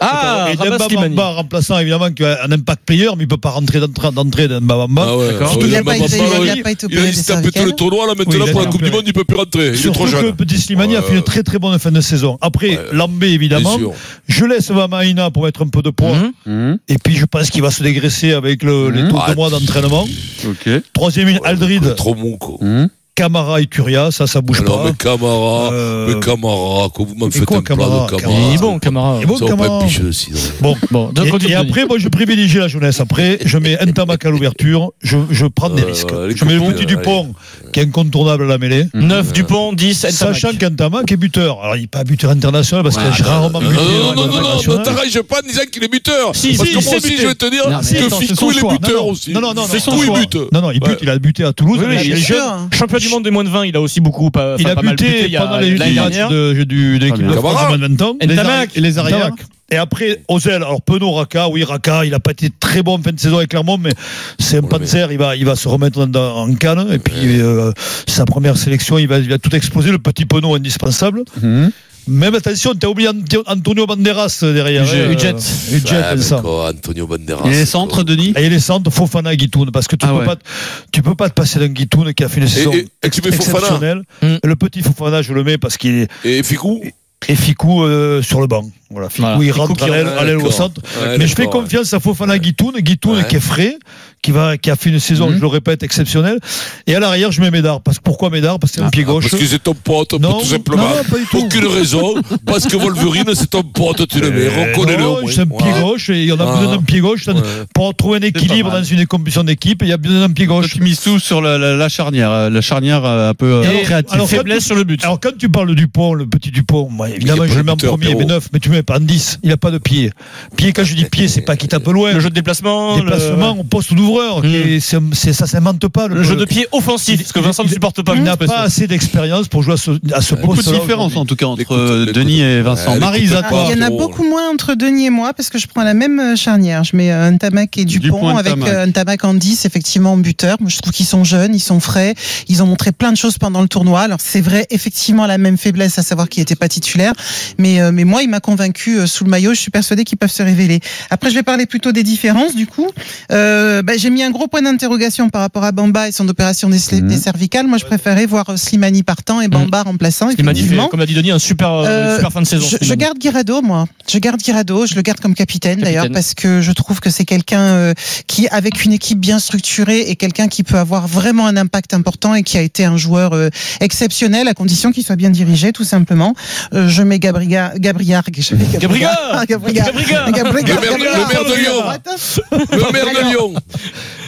[SPEAKER 7] Ah,
[SPEAKER 4] et
[SPEAKER 7] Rabas Slimani.
[SPEAKER 4] Dembaba remplaçant évidemment qui a un impact player, mais il peut pas rentrer d'entra- d'entrée Dembaba.
[SPEAKER 3] Ah ouais,
[SPEAKER 4] D'accord.
[SPEAKER 3] ah ouais,
[SPEAKER 6] Il a
[SPEAKER 3] le
[SPEAKER 6] pas
[SPEAKER 3] Mbappa,
[SPEAKER 6] été-
[SPEAKER 3] ouais,
[SPEAKER 6] il a pas été
[SPEAKER 3] il a
[SPEAKER 6] opéré
[SPEAKER 3] dit,
[SPEAKER 6] des
[SPEAKER 3] t'as pété le
[SPEAKER 6] cervicales.
[SPEAKER 3] tournoi, là, maintenant,
[SPEAKER 4] Oui, il a
[SPEAKER 3] pour la
[SPEAKER 4] été
[SPEAKER 3] Coupe du
[SPEAKER 4] opéré.
[SPEAKER 3] Monde, il peut plus rentrer. Il est
[SPEAKER 4] Surtout
[SPEAKER 3] trop
[SPEAKER 4] que
[SPEAKER 3] jeune.
[SPEAKER 4] Petit Slimani a
[SPEAKER 3] Ouais,
[SPEAKER 4] fait
[SPEAKER 3] ouais.
[SPEAKER 4] une très très bonne fin de saison. Après,
[SPEAKER 3] Ouais.
[SPEAKER 4] Lambé
[SPEAKER 3] Bien
[SPEAKER 4] évidemment.
[SPEAKER 3] sûr.
[SPEAKER 4] Je laisse Vama Aina pour mettre un peu de poids.
[SPEAKER 7] Mhm.
[SPEAKER 5] Hum,
[SPEAKER 4] Et puis je pense qu'il va se dégraisser avec le, les
[SPEAKER 5] Mhm.
[SPEAKER 4] deux
[SPEAKER 3] Ah,
[SPEAKER 4] mois d'entraînement.
[SPEAKER 5] Ok.
[SPEAKER 4] Troisième ligne, Aldrid,
[SPEAKER 3] Trop bon, quoi.
[SPEAKER 5] Hum.
[SPEAKER 4] Camara et Curia, ça, ça bouge
[SPEAKER 3] Alors,
[SPEAKER 4] pas.
[SPEAKER 3] mais Camara,
[SPEAKER 4] Euh,
[SPEAKER 3] mais Camara, que vous m'en
[SPEAKER 4] mais
[SPEAKER 3] faites
[SPEAKER 4] quoi,
[SPEAKER 3] un plat
[SPEAKER 4] Camara
[SPEAKER 3] de Camara.
[SPEAKER 7] Il est bon, Camara.
[SPEAKER 4] Et bon,
[SPEAKER 3] Ça va pas
[SPEAKER 4] Camara.
[SPEAKER 3] être piché de cidre.
[SPEAKER 7] <laughs>
[SPEAKER 4] Bon.
[SPEAKER 7] Bon, donc,
[SPEAKER 4] Et,
[SPEAKER 7] continue,
[SPEAKER 4] et
[SPEAKER 7] Denis.
[SPEAKER 4] après, moi, je privilégie la jeunesse. Après, je mets un tamac à l'ouverture, je, je prends des
[SPEAKER 3] Ouais,
[SPEAKER 4] risques.
[SPEAKER 3] ouais, Euh, les
[SPEAKER 4] je mets le
[SPEAKER 3] copains,
[SPEAKER 4] petit
[SPEAKER 3] ouais. Mmh.
[SPEAKER 4] Dupont, qui est incontournable à la mêlée.
[SPEAKER 7] 9 Dupont, 10 El Tamac.
[SPEAKER 4] Sachant qu'un tamac est buteur. Alors, il n'est pas buteur international parce qu'il a rarement
[SPEAKER 3] Non,
[SPEAKER 4] buté.
[SPEAKER 3] non, non,
[SPEAKER 4] dans le
[SPEAKER 3] non, non,
[SPEAKER 4] international.
[SPEAKER 3] non, t'arrailles pas en disant qu'il est buteur.
[SPEAKER 7] Si,
[SPEAKER 3] Parce
[SPEAKER 7] si,
[SPEAKER 3] que
[SPEAKER 7] il
[SPEAKER 3] moi
[SPEAKER 7] s'est
[SPEAKER 3] aussi,
[SPEAKER 7] buté.
[SPEAKER 3] je vais te dire
[SPEAKER 7] Non, mais
[SPEAKER 3] que
[SPEAKER 7] attends,
[SPEAKER 4] c'est
[SPEAKER 3] Ficou,
[SPEAKER 4] son
[SPEAKER 3] il est
[SPEAKER 4] choix.
[SPEAKER 3] buteur
[SPEAKER 4] Non, non.
[SPEAKER 3] aussi.
[SPEAKER 4] Non, non, non,
[SPEAKER 7] C'est son
[SPEAKER 3] Ficou, il
[SPEAKER 7] choix.
[SPEAKER 3] bute.
[SPEAKER 4] Non, non, il, bute,
[SPEAKER 3] Ouais.
[SPEAKER 4] il a buté à Toulouse.
[SPEAKER 7] Oui, oui,
[SPEAKER 4] mais
[SPEAKER 7] il
[SPEAKER 4] il est
[SPEAKER 7] est hein.
[SPEAKER 4] jeune.
[SPEAKER 6] sûr.
[SPEAKER 7] Champion du monde des moins de 20, il a aussi beaucoup pas,
[SPEAKER 4] Il
[SPEAKER 7] enfin,
[SPEAKER 4] a
[SPEAKER 7] pas mal
[SPEAKER 4] buté
[SPEAKER 7] il y a-
[SPEAKER 4] pendant les euh,
[SPEAKER 7] l'année
[SPEAKER 4] les matchs
[SPEAKER 7] dernière.
[SPEAKER 4] de,
[SPEAKER 3] Ah,
[SPEAKER 4] du- de l'équipe de
[SPEAKER 5] bien.
[SPEAKER 4] France
[SPEAKER 3] Camara.
[SPEAKER 4] de moins de 20 ans.
[SPEAKER 7] El
[SPEAKER 5] Les
[SPEAKER 7] Tamac.
[SPEAKER 5] arri- Et les arrières
[SPEAKER 4] Tamac. Et après, Ozel, alors Penaud, Raka, oui, Raka, il a pas été très bon en fin de saison avec Clermont, mais c'est un
[SPEAKER 3] Oui,
[SPEAKER 4] panzer, il va, il va se remettre dans- en canne, et puis euh, sa première sélection, il va, il va tout exploser, le petit Penaud indispensable.
[SPEAKER 5] Hum.
[SPEAKER 4] Même attention, t'as oublié Ant- Antonio Banderas euh, derrière.
[SPEAKER 7] Ujet.
[SPEAKER 4] Ujet, Ujet,
[SPEAKER 3] Ouais, mais
[SPEAKER 4] ça.
[SPEAKER 3] quoi, Antonio Banderas.
[SPEAKER 5] Et les
[SPEAKER 3] quoi.
[SPEAKER 5] centres, Denis
[SPEAKER 4] Et les centres, Fofana, Guitoun, parce que tu
[SPEAKER 5] Ah
[SPEAKER 4] peux
[SPEAKER 5] ouais.
[SPEAKER 4] pas, te- tu peux pas te passer d'un Guitoun qui a fait une
[SPEAKER 3] Et,
[SPEAKER 4] saison
[SPEAKER 3] et, et tu mets Fofana
[SPEAKER 4] exceptionnelle.
[SPEAKER 7] Mm.
[SPEAKER 4] Le petit Fofana, je le mets parce qu'il est
[SPEAKER 3] et Ficou.
[SPEAKER 4] et Ficou euh, sur le banc. Voilà, Ficou,
[SPEAKER 7] Voilà.
[SPEAKER 4] il
[SPEAKER 7] Ficou
[SPEAKER 4] rentre
[SPEAKER 7] qui
[SPEAKER 4] à l'aile-
[SPEAKER 3] rentre.
[SPEAKER 4] à l'aile au
[SPEAKER 3] D'accord.
[SPEAKER 4] centre.
[SPEAKER 3] Ouais,
[SPEAKER 4] Mais je fais
[SPEAKER 3] d'accord, ouais.
[SPEAKER 4] confiance à Fofana
[SPEAKER 3] Ouais.
[SPEAKER 4] Guitoun, Guitoun
[SPEAKER 3] Ouais.
[SPEAKER 4] qui est frais, qui, va, qui a fait une saison,
[SPEAKER 5] Mhm.
[SPEAKER 4] je le répète, exceptionnelle. Et à l'arrière, je mets Médard. Parce, pourquoi Médard Parce que c'est un pied
[SPEAKER 3] Ah,
[SPEAKER 4] gauche.
[SPEAKER 3] Parce que c'est ton pote,
[SPEAKER 4] Non,
[SPEAKER 3] tout simplement.
[SPEAKER 4] non, non, pas du tout.
[SPEAKER 3] Aucune raison. Parce que Wolverine, c'est ton pote, tu le mets.
[SPEAKER 4] Euh,
[SPEAKER 3] Reconnais-le.
[SPEAKER 4] non,
[SPEAKER 3] au moins.
[SPEAKER 4] c'est un pied
[SPEAKER 3] Ouais.
[SPEAKER 4] gauche et on a
[SPEAKER 3] Ouais.
[SPEAKER 4] besoin d'un pied gauche.
[SPEAKER 3] Ouais.
[SPEAKER 4] Pour trouver un équilibre
[SPEAKER 5] pas
[SPEAKER 4] dans
[SPEAKER 5] mal.
[SPEAKER 4] une compétition d'équipe, il y a besoin d'un pied
[SPEAKER 5] Toi,
[SPEAKER 4] gauche.
[SPEAKER 5] tu mises tout sur la, la- la charnière, euh, la charnière euh, un peu euh,
[SPEAKER 4] Et-
[SPEAKER 5] créative.
[SPEAKER 4] alors,
[SPEAKER 7] Faiblesse sur le but.
[SPEAKER 4] Alors quand tu parles du pont, le petit Dupont, moi, évidemment
[SPEAKER 3] Il est
[SPEAKER 4] je le mets en
[SPEAKER 3] producteur,
[SPEAKER 4] premier, mais
[SPEAKER 3] Pierrot.
[SPEAKER 4] 9, mais tu mets pas en 10, il a pas de pied. Pied, quand je dis pied, c'est pas qu'il tape loin.
[SPEAKER 7] Le jeu de déplacement, le-
[SPEAKER 4] déplacement au poste d'ouvreur.
[SPEAKER 7] Mm.
[SPEAKER 4] et c'est- c'est- Ça s'invente pas.
[SPEAKER 7] le jeu de pied offensif,
[SPEAKER 4] Il-
[SPEAKER 7] parce que Vincent ne
[SPEAKER 4] il-
[SPEAKER 7] supporte pas.
[SPEAKER 4] Il
[SPEAKER 7] cette
[SPEAKER 4] n'a
[SPEAKER 7] expression.
[SPEAKER 4] pas assez d'expérience pour jouer à ce, à ce
[SPEAKER 5] Beaucoup
[SPEAKER 4] poste.
[SPEAKER 5] de différence en tout cas entre
[SPEAKER 3] L'écoute,
[SPEAKER 5] euh,
[SPEAKER 3] l'écoute.
[SPEAKER 5] Denis et Vincent.
[SPEAKER 3] Ouais,
[SPEAKER 5] Marise, à
[SPEAKER 3] l'écoute.
[SPEAKER 5] toi.
[SPEAKER 6] Il y en a
[SPEAKER 3] Drôle.
[SPEAKER 6] beaucoup moins entre Denis et moi parce que je prends la même euh, charnière. Je mets euh, Ntamak et Dupont,
[SPEAKER 5] Dupont,
[SPEAKER 6] avec
[SPEAKER 5] Ntamak.
[SPEAKER 6] euh, Ntamak en 10, effectivement, en buteur. Moi, je trouve qu'ils sont jeunes, ils sont frais, ils ont montré plein de choses pendant le tournoi. Alors, c'est vrai, effectivement, la même faiblesse, à savoir qu'ils n'étaient pas titulaires. Mais, euh, mais moi, il m'a convaincu euh, sous le maillot. Je suis persuadée qu'ils peuvent se révéler. Après, je vais parler plutôt des différences, du coup. Euh, bah, J'ai mis un gros point d'interrogation par rapport à Bamba et son opération des, sli-
[SPEAKER 5] Mhm.
[SPEAKER 6] des cervicales. Moi, je préférais voir euh, Slimani partant et Bamba remplaçant,
[SPEAKER 7] Il m'a dit,
[SPEAKER 6] effectivement.
[SPEAKER 7] comme l'a dit Denis, un super, euh,
[SPEAKER 6] Euh,
[SPEAKER 7] super fin de saison.
[SPEAKER 6] Je, je
[SPEAKER 7] Slimani.
[SPEAKER 6] garde Guirado, moi. Je garde Guirado. Je le garde comme capitaine, d'ailleurs,
[SPEAKER 7] Capitaine.
[SPEAKER 6] parce que je trouve que c'est quelqu'un euh, qui, avec une équipe bien structurée, est quelqu'un qui peut avoir vraiment un impact important et qui a été un joueur euh, exceptionnel à condition qu'il soit bien dirigé, tout simplement. Euh, je mets Gabriga, Gabriard. Je mets Ah,
[SPEAKER 7] Gabriga
[SPEAKER 6] Gabriga.
[SPEAKER 7] Gabriga
[SPEAKER 6] Gabriga.
[SPEAKER 3] Le maire-
[SPEAKER 6] Gabriga.
[SPEAKER 3] le maire de Lyon. Le maire de
[SPEAKER 6] Alors,
[SPEAKER 3] Lyon.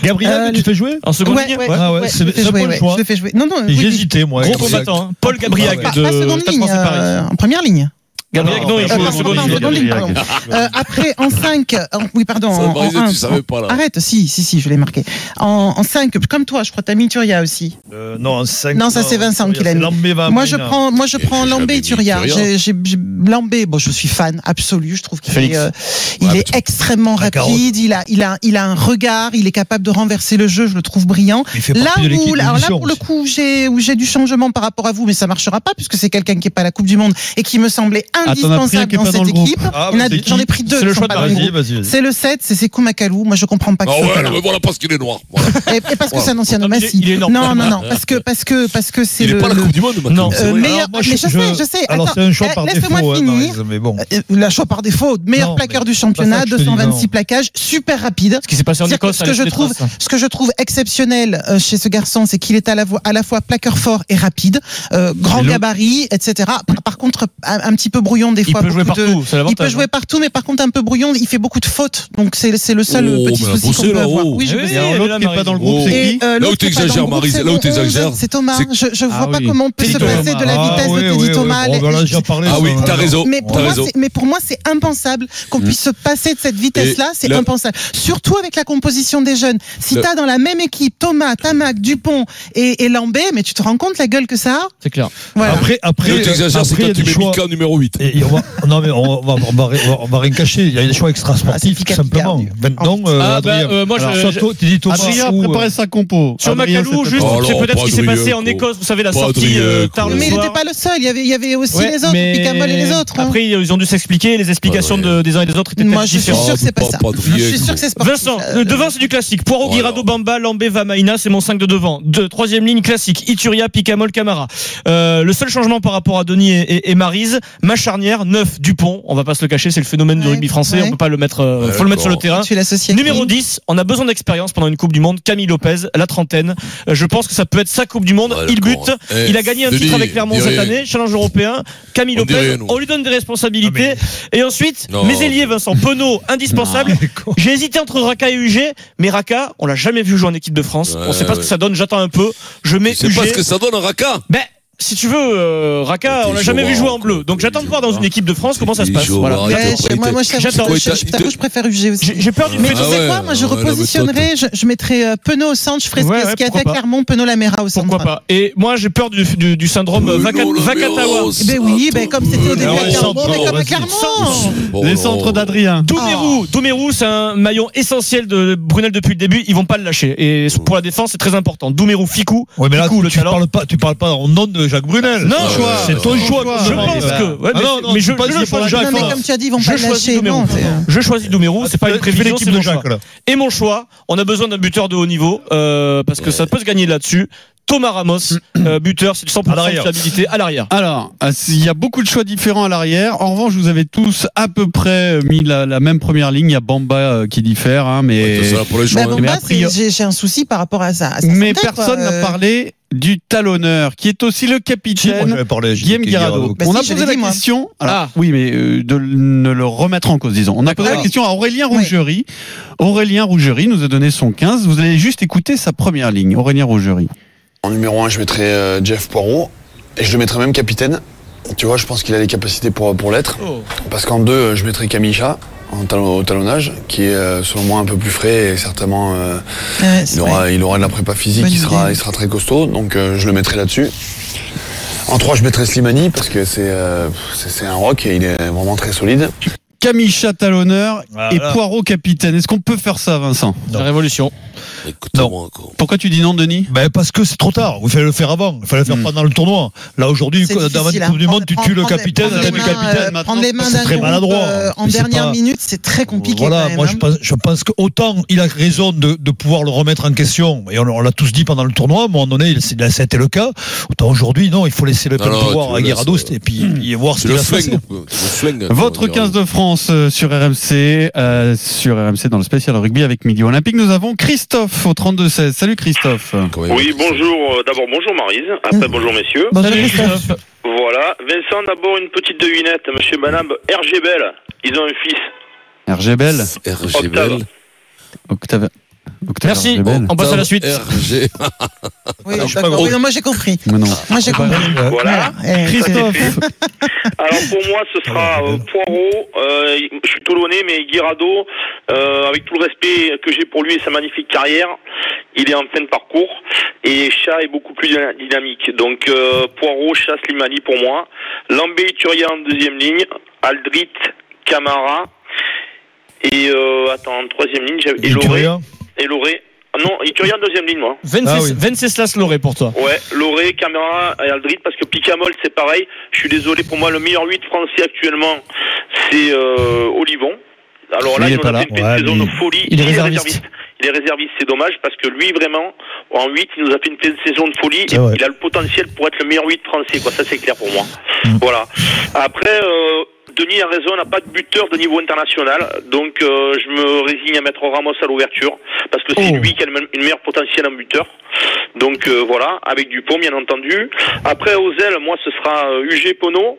[SPEAKER 4] Gabriel,
[SPEAKER 6] Euh,
[SPEAKER 4] tu fais jouer
[SPEAKER 7] En seconde
[SPEAKER 6] Ouais,
[SPEAKER 7] ligne
[SPEAKER 6] ouais,
[SPEAKER 4] Ah ouais,
[SPEAKER 6] ouais,
[SPEAKER 4] c'est-
[SPEAKER 6] je le fais
[SPEAKER 4] c'est un
[SPEAKER 6] jouer,
[SPEAKER 4] bon
[SPEAKER 6] ouais,
[SPEAKER 4] choix.
[SPEAKER 6] je le fais jouer. Non, non, oui, Ah,
[SPEAKER 4] J'hésitais, moi.
[SPEAKER 7] Gros
[SPEAKER 4] Gabriel.
[SPEAKER 7] combattant, hein. Paul Gabriel
[SPEAKER 6] pas, pas seconde ligne, euh,
[SPEAKER 4] hein.
[SPEAKER 6] en première ligne.
[SPEAKER 7] Gabriel, non, il joue
[SPEAKER 6] Euh,
[SPEAKER 7] en
[SPEAKER 6] pardon,
[SPEAKER 7] seconde
[SPEAKER 6] pardon,
[SPEAKER 7] ligne.
[SPEAKER 6] seconde ligne, pardon. Euh, après, en 5, oui, pardon,
[SPEAKER 3] Ça,
[SPEAKER 6] en,
[SPEAKER 3] Marise,
[SPEAKER 6] en un,
[SPEAKER 3] tu savais pas, là.
[SPEAKER 6] Arrête, si, si, si, je l'ai marqué. En, 5, comme toi, je crois, t'as mis Turia aussi.
[SPEAKER 4] Euh, non, en cinq,
[SPEAKER 6] Non, ça, c'est Vincent qui l'a mis.
[SPEAKER 4] Lambé va à
[SPEAKER 6] moi, je
[SPEAKER 4] Marina.
[SPEAKER 6] prends, moi, je
[SPEAKER 3] Mais
[SPEAKER 6] prends
[SPEAKER 3] j'ai
[SPEAKER 6] Lambé et
[SPEAKER 3] jamais mis
[SPEAKER 6] Turia.
[SPEAKER 3] Turia.
[SPEAKER 6] J'ai- j'ai- j'ai- Lambé, bon, je suis fan absolu. Je trouve qu'il
[SPEAKER 7] Félix.
[SPEAKER 6] est, euh,
[SPEAKER 3] Ouais,
[SPEAKER 6] il
[SPEAKER 3] mais
[SPEAKER 6] est
[SPEAKER 3] tu-
[SPEAKER 6] extrêmement
[SPEAKER 4] La carotte.
[SPEAKER 6] rapide. Il a, il a, il a un regard. Il est capable de renverser le jeu. Je le trouve brillant.
[SPEAKER 4] Il fait
[SPEAKER 6] Là
[SPEAKER 4] partie de l'équipe
[SPEAKER 6] où, alors là
[SPEAKER 4] d'émission
[SPEAKER 6] pour le
[SPEAKER 4] aussi.
[SPEAKER 6] coup, j'ai où j'ai du changement par rapport à vous, mais ça marchera pas puisque c'est quelqu'un qui est pas à la Coupe du Monde et qui me semblait
[SPEAKER 5] t'en as pris un
[SPEAKER 6] indispensable
[SPEAKER 5] qui est
[SPEAKER 6] dans
[SPEAKER 5] pas dans
[SPEAKER 6] cette
[SPEAKER 5] le groupe.
[SPEAKER 6] équipe.
[SPEAKER 4] Ah,
[SPEAKER 6] Il y en a-
[SPEAKER 4] mais c'est
[SPEAKER 6] J'en ai
[SPEAKER 4] qui
[SPEAKER 6] pris deux.
[SPEAKER 4] C'est
[SPEAKER 6] qui
[SPEAKER 4] le
[SPEAKER 6] sont
[SPEAKER 4] choix de
[SPEAKER 6] pas dans le
[SPEAKER 4] Paris.
[SPEAKER 6] groupe.
[SPEAKER 4] Vas-y, vas-y.
[SPEAKER 6] C'est le 7, c'est Sekou Makalou. Moi, je comprends pas que
[SPEAKER 3] Ah
[SPEAKER 6] ce soit
[SPEAKER 3] ouais,
[SPEAKER 6] là.
[SPEAKER 3] mais voilà parce qu'il est noir. Voilà.
[SPEAKER 6] Et, et parce que
[SPEAKER 3] Wow.
[SPEAKER 6] c'est un ancien
[SPEAKER 7] Pourtant,
[SPEAKER 6] homme
[SPEAKER 7] il est-
[SPEAKER 6] assis.
[SPEAKER 7] il est énorme.
[SPEAKER 6] Non, non, non, parce que parce que parce que c'est
[SPEAKER 3] Il
[SPEAKER 6] le,
[SPEAKER 3] est pas à la
[SPEAKER 6] le-
[SPEAKER 3] Coupe du Monde, maintenant.
[SPEAKER 7] Non.
[SPEAKER 3] c'est
[SPEAKER 6] euh,
[SPEAKER 3] vrai.
[SPEAKER 6] meilleur.
[SPEAKER 4] moi,
[SPEAKER 6] mais je, sais, je sais.
[SPEAKER 4] Alors,
[SPEAKER 6] Attends,
[SPEAKER 4] c'est un choix par
[SPEAKER 6] eh,
[SPEAKER 4] défaut,
[SPEAKER 6] laisse-moi
[SPEAKER 4] hein,
[SPEAKER 6] finir.
[SPEAKER 4] Marise, mais bon.
[SPEAKER 6] Euh, La choix par défaut, meilleur
[SPEAKER 4] Non, mais
[SPEAKER 6] plaqueur du
[SPEAKER 4] ça
[SPEAKER 6] championnat,
[SPEAKER 4] que je te dis,
[SPEAKER 6] 226
[SPEAKER 4] non.
[SPEAKER 6] plaquages, super rapide.
[SPEAKER 7] Ce qui s'est passé en
[SPEAKER 6] C'est-à-dire que
[SPEAKER 7] Écosse,
[SPEAKER 6] ce que je trouve, ce que je trouve exceptionnel euh, chez ce garçon, c'est qu'il est à la, vo- à la fois plaqueur fort et rapide, euh, grand
[SPEAKER 7] Hello.
[SPEAKER 6] gabarit, etc. Par- Par contre, un, un petit peu brouillon des
[SPEAKER 7] Il
[SPEAKER 6] fois.
[SPEAKER 7] peut jouer
[SPEAKER 6] beaucoup de-
[SPEAKER 7] partout, c'est
[SPEAKER 6] Il
[SPEAKER 7] l'avantage.
[SPEAKER 6] peut jouer partout, mais par contre un peu brouillon, il fait beaucoup de fautes. Donc c'est c'est le seul
[SPEAKER 3] Oh,
[SPEAKER 6] petit
[SPEAKER 3] mais
[SPEAKER 6] souci
[SPEAKER 3] bossé,
[SPEAKER 6] qu'on peut
[SPEAKER 3] là,
[SPEAKER 6] avoir.
[SPEAKER 3] oh.
[SPEAKER 6] Oui, je
[SPEAKER 7] Eh
[SPEAKER 6] bosse.
[SPEAKER 7] oui,
[SPEAKER 5] Et alors, l'autre qui
[SPEAKER 7] elle est
[SPEAKER 5] n'est pas
[SPEAKER 7] là,
[SPEAKER 5] dans le
[SPEAKER 3] Marise.
[SPEAKER 5] groupe, c'est
[SPEAKER 6] Et,
[SPEAKER 5] qui
[SPEAKER 6] euh,
[SPEAKER 3] Là où
[SPEAKER 6] l'autre qui est pas dans le
[SPEAKER 3] t'exagères,
[SPEAKER 6] groupe,
[SPEAKER 3] Marise,
[SPEAKER 6] c'est
[SPEAKER 3] là où
[SPEAKER 6] Bourreau,
[SPEAKER 3] t'exagères.
[SPEAKER 6] C'est Thomas.
[SPEAKER 3] C'est-
[SPEAKER 6] Je, je vois
[SPEAKER 5] Ah
[SPEAKER 6] pas
[SPEAKER 5] oui.
[SPEAKER 6] comment on peut
[SPEAKER 7] Teddy
[SPEAKER 6] se passer de la
[SPEAKER 4] Ah,
[SPEAKER 6] vitesse
[SPEAKER 4] oui,
[SPEAKER 6] de
[SPEAKER 4] oui,
[SPEAKER 6] Teddy
[SPEAKER 4] oui,
[SPEAKER 6] Thomas.
[SPEAKER 4] bon, ben là, j'en parlais,
[SPEAKER 3] Ah
[SPEAKER 4] ça,
[SPEAKER 3] oui,
[SPEAKER 4] voilà.
[SPEAKER 3] t'as raison.
[SPEAKER 6] Mais
[SPEAKER 3] T'as
[SPEAKER 6] pour, moi,
[SPEAKER 3] raison.
[SPEAKER 6] c'est- mais pour moi, c'est impensable qu'on puisse se passer de cette vitesse-là. C'est
[SPEAKER 3] le-
[SPEAKER 6] impensable. Surtout avec la composition des jeunes. Si
[SPEAKER 3] Le-
[SPEAKER 6] t'as dans la même équipe Thomas, Tamac, Dupont et, et Lambé, mais tu te rends compte la gueule que ça a
[SPEAKER 7] C'est clair.
[SPEAKER 6] Voilà.
[SPEAKER 4] Après, après,
[SPEAKER 3] Là où t'exagères, c'est
[SPEAKER 4] après, il y
[SPEAKER 3] quand
[SPEAKER 4] a
[SPEAKER 3] tu
[SPEAKER 4] des
[SPEAKER 3] mets
[SPEAKER 4] choix.
[SPEAKER 3] Mika en numéro 8.
[SPEAKER 4] Et- et on va, non, mais on va, on va- on va- on va rien cacher. Il y a des choix
[SPEAKER 6] Ah,
[SPEAKER 4] extra-sportifs,
[SPEAKER 6] c'est
[SPEAKER 4] tout simplement.
[SPEAKER 6] Picard.
[SPEAKER 4] Maintenant, euh,
[SPEAKER 7] Ah, bah,
[SPEAKER 4] Adrien.
[SPEAKER 7] euh, moi, je-
[SPEAKER 4] Alors, soit
[SPEAKER 7] je-
[SPEAKER 4] toi, tu dis Thomas
[SPEAKER 5] Adrien a
[SPEAKER 4] ou, euh,
[SPEAKER 5] préparé sa compo.
[SPEAKER 7] Sur
[SPEAKER 5] Ah, Adrien,
[SPEAKER 7] Macalou,
[SPEAKER 5] c'est
[SPEAKER 7] juste,
[SPEAKER 5] toi.
[SPEAKER 3] Oh,
[SPEAKER 7] c'est
[SPEAKER 3] alors,
[SPEAKER 7] peut-être ce qui s'est
[SPEAKER 3] Adrien,
[SPEAKER 7] passé en
[SPEAKER 3] quoi.
[SPEAKER 7] Écosse. Vous savez, la
[SPEAKER 3] Pas
[SPEAKER 7] sortie
[SPEAKER 3] Adrien,
[SPEAKER 7] euh,
[SPEAKER 3] quoi.
[SPEAKER 7] tard le
[SPEAKER 6] Mais il
[SPEAKER 7] soir.
[SPEAKER 6] n'était pas le seul, il y avait, il y avait aussi
[SPEAKER 7] Ouais,
[SPEAKER 6] les autres,
[SPEAKER 7] mais-
[SPEAKER 6] Picamol et les autres. hein.
[SPEAKER 7] Après, ils ont dû s'expliquer. Les explications
[SPEAKER 3] Ouais.
[SPEAKER 7] de- des uns et des autres étaient
[SPEAKER 6] Moi,
[SPEAKER 7] peut-être
[SPEAKER 6] je suis
[SPEAKER 7] différentes.
[SPEAKER 6] sûr que c'est pas
[SPEAKER 3] Oh,
[SPEAKER 6] ça.
[SPEAKER 3] pas de
[SPEAKER 6] Je suis
[SPEAKER 3] riez,
[SPEAKER 6] sûr
[SPEAKER 3] quoi.
[SPEAKER 6] que c'est sportif.
[SPEAKER 7] Vincent,
[SPEAKER 6] Euh,
[SPEAKER 7] le devant c'est du classique. Poirot,
[SPEAKER 3] Voilà.
[SPEAKER 7] Guirado, Bamba, Lambé, Vamaina, c'est mon 5 de devant. De, troisième ligne classique, Ituria, Picamol, Camara. Euh, le seul changement par rapport à Denis et, et, et Marise, ma charnière, 9, Dupont. On va pas se le cacher, c'est le phénomène du
[SPEAKER 6] Ouais,
[SPEAKER 7] rugby français.
[SPEAKER 6] ouais.
[SPEAKER 7] On peut pas le mettre, euh,
[SPEAKER 3] Ouais,
[SPEAKER 7] faut le mettre sur le
[SPEAKER 3] d'accord.
[SPEAKER 7] terrain.
[SPEAKER 6] Tu l'associé. à
[SPEAKER 7] hein. Numéro
[SPEAKER 6] qui
[SPEAKER 7] 10, on a besoin d'expérience pendant une Coupe du Monde. Camille Lopez, la trentaine. Euh, Je pense que ça peut être sa Coupe du Monde.
[SPEAKER 3] Ouais,
[SPEAKER 7] il
[SPEAKER 3] d'accord,
[SPEAKER 7] bute.
[SPEAKER 3] hein. Eh,
[SPEAKER 7] il a gagné un
[SPEAKER 3] Denis,
[SPEAKER 7] titre avec Clermont
[SPEAKER 3] dis
[SPEAKER 7] cette
[SPEAKER 3] rien.
[SPEAKER 7] année, challenge européen. Camille
[SPEAKER 3] On dit
[SPEAKER 7] Lopez,
[SPEAKER 3] rien, nous.
[SPEAKER 7] on lui donne des responsabilités. Et ensuite,
[SPEAKER 3] Non.
[SPEAKER 7] mes ailiers, Vincent Penaud, indispensable. J'ai hésité entre Raka et UG, mais Raka, on l'a jamais vu jouer en équipe de France.
[SPEAKER 3] Ouais,
[SPEAKER 7] on sait pas ce
[SPEAKER 3] ouais.
[SPEAKER 7] que ça donne, j'attends un peu. Je mets
[SPEAKER 3] Je sais
[SPEAKER 7] UG.
[SPEAKER 3] pas ce que ça donne, un raca.
[SPEAKER 7] Ben, si tu veux, euh, Raka,
[SPEAKER 3] T'es
[SPEAKER 7] on l'a
[SPEAKER 3] chaud,
[SPEAKER 7] jamais vu
[SPEAKER 3] hein,
[SPEAKER 7] jouer en bleu. Donc
[SPEAKER 3] t'es
[SPEAKER 7] j'attends de voir
[SPEAKER 3] chaud,
[SPEAKER 7] dans une équipe de France comment ça se
[SPEAKER 3] T'es
[SPEAKER 7] passe.
[SPEAKER 3] chaud,
[SPEAKER 7] Voilà.
[SPEAKER 3] arrête.
[SPEAKER 6] Ouais,
[SPEAKER 3] Ah,
[SPEAKER 6] je- Moi, moi, je-
[SPEAKER 3] il
[SPEAKER 6] je-
[SPEAKER 3] te- il
[SPEAKER 6] je-
[SPEAKER 3] te-
[SPEAKER 6] je- je t'avoue, je préfère UG aussi.
[SPEAKER 7] J'ai j'ai peur du
[SPEAKER 6] Mais
[SPEAKER 7] fait
[SPEAKER 6] tu
[SPEAKER 3] Ah
[SPEAKER 6] sais
[SPEAKER 3] ouais,
[SPEAKER 6] quoi Moi, je
[SPEAKER 3] ouais, non, mais toi,
[SPEAKER 6] repositionnerais, je, je mettrais euh, Penaud au centre, je ferais
[SPEAKER 7] Ouais, ouais,
[SPEAKER 6] ce qu'il y a
[SPEAKER 7] pourquoi
[SPEAKER 6] à
[SPEAKER 7] pas.
[SPEAKER 6] Clermont, Penaud Lamera au centre.
[SPEAKER 7] Pourquoi pas Et moi, j'ai peur du, du, du syndrome euh, Vaca-
[SPEAKER 3] Oh,
[SPEAKER 7] Vakatawa.
[SPEAKER 6] Eh Ben oui, ben comme
[SPEAKER 3] Ah
[SPEAKER 6] c'était au début
[SPEAKER 5] ouais,
[SPEAKER 6] à Clermont,
[SPEAKER 5] centre,
[SPEAKER 6] mais comme à
[SPEAKER 5] vas-y.
[SPEAKER 6] Clermont
[SPEAKER 5] Les centres d'Adrien.
[SPEAKER 7] Domerou, Domerou, c'est un maillon essentiel de Brunel depuis le début. Ils vont pas le lâcher. Et pour la défense, c'est très important. Domerou, Ficou.
[SPEAKER 4] Ouais, mais là,
[SPEAKER 7] Ficou, le
[SPEAKER 4] tu
[SPEAKER 7] talent.
[SPEAKER 4] parles pas, tu parles pas en nom de Jacques Brunel.
[SPEAKER 7] Non,
[SPEAKER 3] ouais, ouais,
[SPEAKER 4] c'est ton
[SPEAKER 3] ouais,
[SPEAKER 4] choix.
[SPEAKER 5] ouais.
[SPEAKER 4] qu'on
[SPEAKER 7] Je
[SPEAKER 4] demande.
[SPEAKER 7] pense
[SPEAKER 4] Bah,
[SPEAKER 7] que- ouais,
[SPEAKER 4] ah
[SPEAKER 7] mais-
[SPEAKER 4] non, non,
[SPEAKER 7] mais je-
[SPEAKER 4] c'est pas-
[SPEAKER 7] je
[SPEAKER 4] c'est
[SPEAKER 7] le
[SPEAKER 4] pas
[SPEAKER 7] choisis.
[SPEAKER 4] Jacques, Oh,
[SPEAKER 6] Non, mais
[SPEAKER 4] hein.
[SPEAKER 6] comme tu as dit, ils vont
[SPEAKER 7] Je
[SPEAKER 6] pas le
[SPEAKER 7] choisis
[SPEAKER 6] lâcher.
[SPEAKER 7] Domerou.
[SPEAKER 6] Non, c'est- euh,
[SPEAKER 7] Je choisis Domerou. C'est pas
[SPEAKER 4] Ah, Tu
[SPEAKER 7] une
[SPEAKER 4] fais
[SPEAKER 7] prévision,
[SPEAKER 4] l'équipe
[SPEAKER 7] c'est mon
[SPEAKER 4] de
[SPEAKER 7] choix.
[SPEAKER 4] Jacques, là.
[SPEAKER 7] Et mon choix, on a besoin d'un buteur de haut niveau euh, parce que ça peut se gagner là-dessus. Thomas Ramos, euh, buteur, c'est du
[SPEAKER 4] Mm.
[SPEAKER 7] 100%
[SPEAKER 4] À
[SPEAKER 7] de
[SPEAKER 4] l'arrière.
[SPEAKER 7] fiabilité à l'arrière.
[SPEAKER 5] Alors, euh, il y a beaucoup de choix différents à l'arrière. En revanche, vous avez tous à peu près euh, mis la, la même première ligne. Il y a Bamba euh, qui diffère, hein, mais
[SPEAKER 3] C'est ça pour les
[SPEAKER 6] Bah,
[SPEAKER 3] gens.
[SPEAKER 6] bon,
[SPEAKER 3] hein.
[SPEAKER 5] mais
[SPEAKER 6] bah,
[SPEAKER 5] a
[SPEAKER 6] c'est-
[SPEAKER 5] priori-
[SPEAKER 6] j'ai- J'ai un souci par rapport à ça. à sa
[SPEAKER 5] mais
[SPEAKER 6] santé, quoi.
[SPEAKER 5] personne n'a
[SPEAKER 6] Euh,
[SPEAKER 5] parlé du talonneur, qui est aussi
[SPEAKER 4] Si,
[SPEAKER 5] le
[SPEAKER 4] moi,
[SPEAKER 5] capitaine.
[SPEAKER 4] j'avais parlé à Gilles
[SPEAKER 5] euh, Guillaume Guirado.
[SPEAKER 4] Guirado.
[SPEAKER 6] Bah
[SPEAKER 5] on
[SPEAKER 6] si,
[SPEAKER 5] a
[SPEAKER 6] je
[SPEAKER 5] posé
[SPEAKER 6] l'ai
[SPEAKER 5] la
[SPEAKER 6] dit, moi.
[SPEAKER 5] question. alors,
[SPEAKER 7] Ah.
[SPEAKER 5] Oui, mais euh, de ne le remettre en cause, disons. On a posé la
[SPEAKER 6] D'accord.
[SPEAKER 5] question à Aurélien
[SPEAKER 6] Oui.
[SPEAKER 5] Rougerie. Aurélien Rougerie nous a donné son 15. Vous allez juste écouter sa première ligne. Aurélien Rougerie.
[SPEAKER 2] En numéro 1, je mettrais euh, Jeff Poirot et je le mettrais même capitaine. Tu vois, je pense qu'il a les capacités pour, pour l'être.
[SPEAKER 5] Oh.
[SPEAKER 2] Parce qu'en deux, euh, je mettrais Camille Chat en talon- au talonnage, qui est euh, selon moi un peu plus frais et certainement euh,
[SPEAKER 6] ouais, c'est
[SPEAKER 2] il,
[SPEAKER 6] vrai.
[SPEAKER 2] aura, il aura de la prépa physique,
[SPEAKER 6] Bonne
[SPEAKER 2] il sera,
[SPEAKER 6] idée.
[SPEAKER 2] il sera très costaud, donc euh, je le mettrai là-dessus. En trois, je mettrais Slimani parce que c'est euh, c'est c'est un rock et il est vraiment très solide.
[SPEAKER 5] Camille Chat talonneur
[SPEAKER 4] Voilà.
[SPEAKER 5] et Poirot capitaine. Est-ce qu'on peut faire ça, Vincent
[SPEAKER 4] Non.
[SPEAKER 7] révolution.
[SPEAKER 3] Écoute-moi, quoi.
[SPEAKER 5] Pourquoi tu dis non, Denis
[SPEAKER 4] Ben parce que c'est trop tard. Il fallait le faire avant. Il fallait le faire
[SPEAKER 7] Hmm.
[SPEAKER 5] Mm.
[SPEAKER 4] pendant le tournoi. Là aujourd'hui,
[SPEAKER 6] C'est
[SPEAKER 4] quand-
[SPEAKER 6] difficile,
[SPEAKER 4] dans la
[SPEAKER 6] hein.
[SPEAKER 4] Coupe du Monde, tu
[SPEAKER 6] Prendre-
[SPEAKER 4] tues le
[SPEAKER 6] prendre-
[SPEAKER 4] capitaine.
[SPEAKER 6] prendre
[SPEAKER 4] t'as
[SPEAKER 6] les
[SPEAKER 4] tué le
[SPEAKER 6] mains,
[SPEAKER 4] capitaine.
[SPEAKER 6] euh, Prendre les mains
[SPEAKER 4] c'est
[SPEAKER 6] d'un
[SPEAKER 4] très
[SPEAKER 6] groupe,
[SPEAKER 4] maladroit. hein.
[SPEAKER 6] euh, en
[SPEAKER 4] Mais c'est
[SPEAKER 6] dernière
[SPEAKER 4] pas-
[SPEAKER 6] minute, c'est très compliqué.
[SPEAKER 4] Voilà,
[SPEAKER 6] quand même,
[SPEAKER 4] moi
[SPEAKER 6] hein.
[SPEAKER 4] je pense, je pense qu'autant il a raison de, de pouvoir le remettre en question, et on, on l'a tous dit pendant le tournoi, à un moment donné, il- c'est- ça a été le cas, autant aujourd'hui, non, il faut laisser le
[SPEAKER 3] Non,
[SPEAKER 4] plein
[SPEAKER 3] non, tu
[SPEAKER 4] pouvoir
[SPEAKER 3] le
[SPEAKER 4] à
[SPEAKER 3] laisses,
[SPEAKER 4] Guirado
[SPEAKER 3] ouais.
[SPEAKER 4] et puis, puis voir
[SPEAKER 3] Tu
[SPEAKER 4] ce qu'il
[SPEAKER 3] le
[SPEAKER 4] va se passer.
[SPEAKER 3] flingues. tu le
[SPEAKER 2] Euh,
[SPEAKER 3] flingues,
[SPEAKER 5] Votre
[SPEAKER 3] comment
[SPEAKER 5] 15
[SPEAKER 3] dire.
[SPEAKER 5] de France euh, sur RMC, euh, sur RMC dans le spécial rugby avec Midi Olympique. Nous avons Christophe au 32-16. Salut Christophe.
[SPEAKER 3] Comment il
[SPEAKER 8] Oui,
[SPEAKER 3] va-
[SPEAKER 8] bonjour. euh, D'abord, bonjour Marise. Après, bonjour messieurs.
[SPEAKER 6] Bonjour,
[SPEAKER 7] Salut,
[SPEAKER 6] Christophe.
[SPEAKER 7] Christophe.
[SPEAKER 8] Voilà. Vincent, d'abord une petite devinette. Monsieur Banab, RG Bell, ils ont un fils.
[SPEAKER 5] RG Bell.
[SPEAKER 3] RG
[SPEAKER 8] Octave.
[SPEAKER 3] Bell.
[SPEAKER 5] Octave. Octave
[SPEAKER 7] Merci.
[SPEAKER 5] RG Bell.
[SPEAKER 7] On passe à la suite.
[SPEAKER 3] RG.
[SPEAKER 6] Oui,
[SPEAKER 4] Ah,
[SPEAKER 3] Alors,
[SPEAKER 6] d'accord.
[SPEAKER 3] pas-
[SPEAKER 6] Oui, non, moi j'ai compris.
[SPEAKER 5] Mais
[SPEAKER 4] Oh,
[SPEAKER 5] non.
[SPEAKER 6] Moi j'ai compris.
[SPEAKER 4] Euh,
[SPEAKER 8] Voilà.
[SPEAKER 6] Eh,
[SPEAKER 5] Christophe.
[SPEAKER 8] <laughs> Alors pour moi, ce sera euh, Poirot. euh, je suis Toulonnais, mais Guirado, euh, avec tout le respect que j'ai pour lui et sa magnifique carrière, il est en plein parcours. Et Chat est beaucoup plus dyna- dynamique. Donc euh, Poirot, Chat, Slimani pour moi. Lambé, Turia en deuxième ligne. Aldrit, Camara. Et euh, attends, en troisième ligne, j'avais- et
[SPEAKER 4] et tu
[SPEAKER 8] Loré.
[SPEAKER 4] regardes.
[SPEAKER 8] Et Loré. Ah Non, Ituria en deuxième ligne, moi.
[SPEAKER 7] Vences-
[SPEAKER 4] Ah oui.
[SPEAKER 7] Venceslas Loré pour toi.
[SPEAKER 8] Ouais, Loré, Camara et Aldrit, parce que Picamol, c'est pareil. Je suis désolé, pour moi, le meilleur 8 français actuellement, c'est euh, Olivon. Alors là,
[SPEAKER 5] Il est
[SPEAKER 8] il,
[SPEAKER 5] pas
[SPEAKER 8] nous
[SPEAKER 5] là.
[SPEAKER 8] a fait une petite
[SPEAKER 4] Ouais,
[SPEAKER 8] saison
[SPEAKER 4] mais
[SPEAKER 8] de folie.
[SPEAKER 7] il est réserviste.
[SPEAKER 8] Il est réserviste, c'est dommage, parce que lui, vraiment, en 8, il nous a fait une petite saison de folie.
[SPEAKER 4] C'est
[SPEAKER 8] et
[SPEAKER 4] vrai.
[SPEAKER 8] il a le potentiel pour être le meilleur 8 français, quoi. Ça, c'est clair pour moi. Voilà. Après, euh, Denis a raison, on n'a pas de buteur de niveau international. Donc, euh, je me résigne à mettre Ramos à l'ouverture, parce que c'est
[SPEAKER 7] Oh.
[SPEAKER 8] lui qui a le me- le meilleur potentiel en buteur. Donc euh, voilà, avec Dupont bien entendu. Après aux ailes, moi ce sera euh, UG Pono,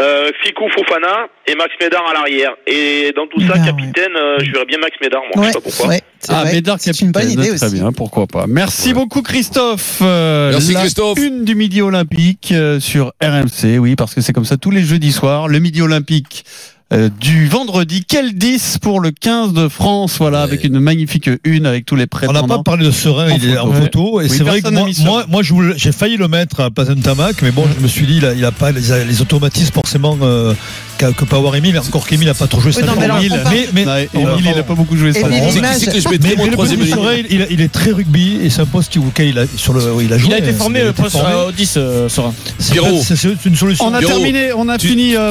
[SPEAKER 8] euh, Fikou Fofana et Max Médard à l'arrière. Et dans tout ça,
[SPEAKER 6] Médard,
[SPEAKER 8] capitaine, euh, je verrais bien Max Médard, moi, je
[SPEAKER 6] Ouais,
[SPEAKER 8] sais pas pourquoi.
[SPEAKER 6] ouais, c'est
[SPEAKER 5] Ah,
[SPEAKER 6] vrai.
[SPEAKER 5] Médard
[SPEAKER 6] C'est une bonne
[SPEAKER 5] capitaine.
[SPEAKER 6] idée
[SPEAKER 5] Très
[SPEAKER 6] aussi.
[SPEAKER 5] bien, pourquoi pas. Merci beaucoup Christophe. Euh,
[SPEAKER 3] Merci,
[SPEAKER 5] la
[SPEAKER 3] Christophe.
[SPEAKER 5] Une du Midi Olympique euh, sur RMC, oui, parce que c'est comme ça tous les jeudis soirs. Le Midi Olympique euh, du vendredi. Quel 10 pour le 15 de France, voilà, avec une magnifique une, avec tous
[SPEAKER 4] On
[SPEAKER 5] les
[SPEAKER 4] n'a
[SPEAKER 5] prétendants.
[SPEAKER 4] pas parlé de Serein,
[SPEAKER 5] En
[SPEAKER 4] il est en
[SPEAKER 5] photo.
[SPEAKER 4] photo. Et
[SPEAKER 5] Oui,
[SPEAKER 4] c'est vrai que
[SPEAKER 5] personne n'a
[SPEAKER 4] moi,
[SPEAKER 5] mis ça.
[SPEAKER 4] moi, moi, je voulais- j'ai failli le mettre à Pazen Tamac, mais bon, je me suis dit, il a, il a pas les, les automatismes forcément euh, qu'a- que peut avoir Emile. Encore qu'Emile n'a pas trop joué
[SPEAKER 6] Oui,
[SPEAKER 4] cette
[SPEAKER 6] non, mais alors,
[SPEAKER 4] année.
[SPEAKER 6] on parle-
[SPEAKER 4] mais, mais,
[SPEAKER 5] Ouais, et
[SPEAKER 4] on va
[SPEAKER 5] Emile,
[SPEAKER 4] pas-
[SPEAKER 5] il n'a pas beaucoup joué ça.
[SPEAKER 6] Et
[SPEAKER 5] non.
[SPEAKER 6] les
[SPEAKER 3] C'est qui
[SPEAKER 6] images-
[SPEAKER 3] c'est que je
[SPEAKER 4] mais
[SPEAKER 3] mettrais mon
[SPEAKER 4] le
[SPEAKER 3] troisième
[SPEAKER 4] petit
[SPEAKER 3] ligne
[SPEAKER 4] Sorel, il, il est très rugby et c'est un poste qui- auquel il a, sur le, oui, il a joué.
[SPEAKER 7] Il a été
[SPEAKER 4] euh,
[SPEAKER 7] formé,
[SPEAKER 4] il a
[SPEAKER 7] le
[SPEAKER 4] été
[SPEAKER 7] poste
[SPEAKER 4] formé.
[SPEAKER 7] euh, au 10, euh, Sorin.
[SPEAKER 4] C'est
[SPEAKER 3] Pierrot.
[SPEAKER 4] c'est- c'est une solution.
[SPEAKER 5] On a
[SPEAKER 3] Pierrot,
[SPEAKER 5] terminé, on a
[SPEAKER 3] tu-
[SPEAKER 5] fini euh,